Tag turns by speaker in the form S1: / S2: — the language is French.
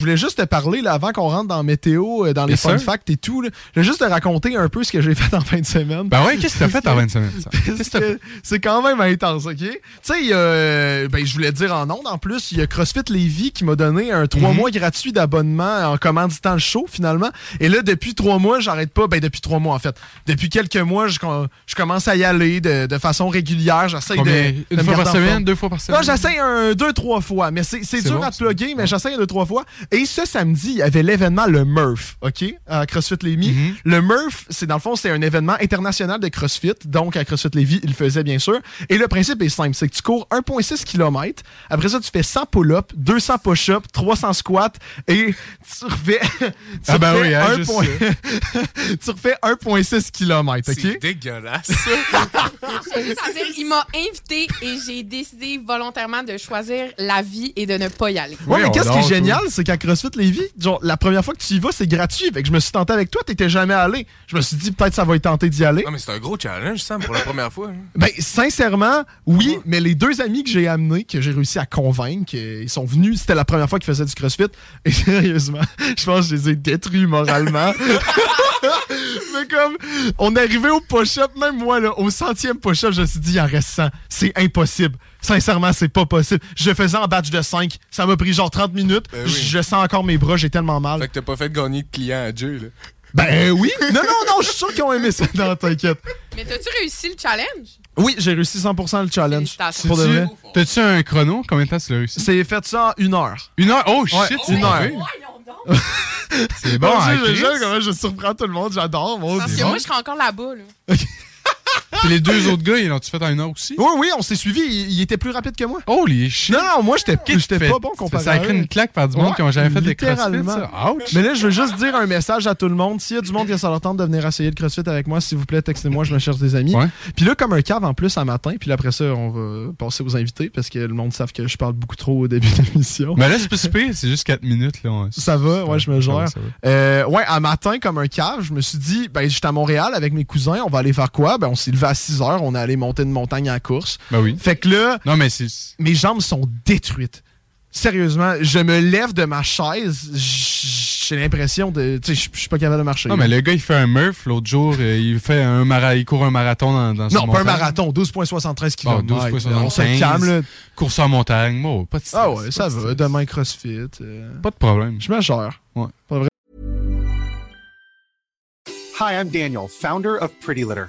S1: Je voulais juste te parler, là, avant qu'on rentre dans météo, euh, dans les
S2: Bien
S1: fun
S2: sûr.
S1: facts et tout, là, je voulais juste te raconter un peu ce que j'ai fait en fin de semaine.
S2: Ben ouais, qu'est-ce que t'as fait en 20 semaines, ça?
S1: Parce
S2: Qu'est-ce que t'as
S1: que C'est quand même intense, OK? Tu sais, il y a, euh, ben, je voulais dire en ondes en plus, il y a CrossFit Lévis qui m'a donné un 3
S2: Mhm.
S1: mois gratuit d'abonnement en commanditant le show, finalement. Et là, depuis 3 mois, j'arrête pas. Ben, depuis 3 mois, en fait. Depuis quelques mois, je, com- je commence à y aller de, de façon régulière. J'essaie de.
S2: Combien?
S1: de
S2: Une
S1: me
S2: fois
S1: garder
S2: par
S1: en
S2: semaine,
S1: forme.
S2: deux fois par semaine?
S1: Non, j'essaie un, deux, trois fois, mais c'est c'est
S2: C'est
S1: dur
S2: bon,
S1: à
S2: ça.
S1: plugger, mais j'essaie un, deux, trois fois. Et ce samedi, il y avait l'événement Le Murph, OK, à CrossFit Lémy.
S2: Mhm.
S1: Le Murph, c'est dans le fond, c'est un événement international de CrossFit, donc à CrossFit Lévis, il le faisait bien sûr. Et le principe est simple, c'est que tu cours 1,6 km, après ça, tu fais 100 pull-ups, 200 push-ups, 300 squats, et tu refais, tu
S2: Ah ben
S1: refais
S2: oui, hein,
S1: un
S2: juste
S1: point- tu refais 1,6 km, OK?
S2: C'est dégueulasse.
S3: C'est-à-dire, il m'a invité et j'ai décidé volontairement de choisir la vie et de ne pas y aller.
S1: Ouais, mais
S2: Oui,
S1: qu'est-ce
S2: on
S1: qui
S2: lâche,
S1: est génial,
S2: oui.
S1: c'est qu'à CrossFit Lévis, genre, la première fois que tu y vas, c'est gratuit. Fait que je me suis tenté avec toi, t'étais jamais allé. Je me suis dit, peut-être ça va être tenté d'y aller.
S4: Non, mais c'est un gros challenge, Sam, pour la première fois. hein.
S1: Ben, sincèrement, oui, mais les deux amis que j'ai amenés, que j'ai réussi à convaincre, euh, ils sont venus, c'était la première fois qu'ils faisaient du CrossFit. Et sérieusement, je pense que je les ai détruits moralement. mais comme, on est arrivé au push-up, même moi, là, au centième push-up, je me suis dit, il en reste 100. C'est impossible. Sincèrement, c'est pas possible. Je le faisais en batch de 5. Ça m'a pris genre 30 minutes.
S4: Ben oui.
S1: Je sens encore mes bras, j'ai tellement mal.
S4: Fait que t'as pas fait gagner de clients à Dieu, là.
S1: Ben oui. Non, non, non, je suis sûr qu'ils ont aimé ça. Non, t'inquiète.
S3: Mais t'as-tu réussi le challenge?
S1: Oui, j'ai réussi 100% le challenge.
S3: Félicitations.
S1: Pour de vrai.
S2: Tu- T'as-tu un chrono? Combien de temps tu l'as réussi?
S1: C'est fait ça en une heure.
S2: Une heure? Oh
S1: Ouais,
S2: shit,
S1: une
S2: c'est
S1: heure.
S2: élevé.
S3: Voyons donc!
S2: C'est bon,
S1: Bon,
S2: hein,
S1: je,
S2: Chris?
S1: je- comment je surprends tout le monde, j'adore. Mon
S3: Parce
S1: Dieu.
S3: que moi, je serais encore là-bas. Là.
S2: Puis les deux autres gars, ils l'ont-tu fait en une heure aussi?
S1: Oui, oui, on s'est suivis. Il, il était plus rapide que moi.
S2: Holy shit!
S1: Non, non, moi, j'étais
S2: Qu'est-ce que
S1: j'étais
S2: tu fais?
S1: pas bon
S2: Tu
S1: comparé
S2: fais
S1: à
S2: sacrer
S1: eux.
S2: une claque par du monde
S1: Ouais,
S2: qui ont jamais fait de crossfit,
S1: littéralement.
S2: ça. Ouch!
S1: Mais là, je veux juste dire un message à tout le monde. S'il y a du monde qui a ça leur tente de venir essayer le CrossFit avec moi, s'il vous plaît, textez-moi, je me cherche des amis.
S2: Ouais.
S1: Puis là, comme un cave en plus à matin, puis là, après ça, on va passer aux invités parce que le monde savent que je parle beaucoup trop au début de l'émission.
S2: Mais là, c'est pas si pire, c'est juste 4 minutes. Là, on-
S1: Ça va, ouais, je me
S2: Ça va,
S1: gère.
S2: ça va.
S1: Euh, ouais, un matin, comme un cave, je me suis dit, ben, j'étais à Montréal avec mes cousins, on va aller faire quoi? Ben, on s'est levé à 6 heures, on est allé monter une montagne en course.
S2: Ben oui.
S1: Fait que là,
S2: Non, mais c'est.
S1: mes jambes sont détruites. Sérieusement, je me lève de ma chaise, j- j'ai l'impression de. Tu sais, je- je suis pas capable de marcher.
S2: Non, mais le gars, il fait un Murph l'autre jour, euh, il fait un mara... il court un marathon dans, dans une
S1: non, pas un
S2: montagne.
S1: marathon, 12,73 km.
S2: Bon, 12,75.
S1: On se calme, là.
S2: Course en montagne, bon, pas de stress,
S1: Ah ouais, ça
S2: pas de
S1: va.
S2: stress.
S1: Demain, CrossFit. euh,
S2: Pas de problème.
S1: Je me gère.
S2: Ouais.
S1: Pas vrai.
S5: Hi, I'm Daniel, founder of Pretty Litter.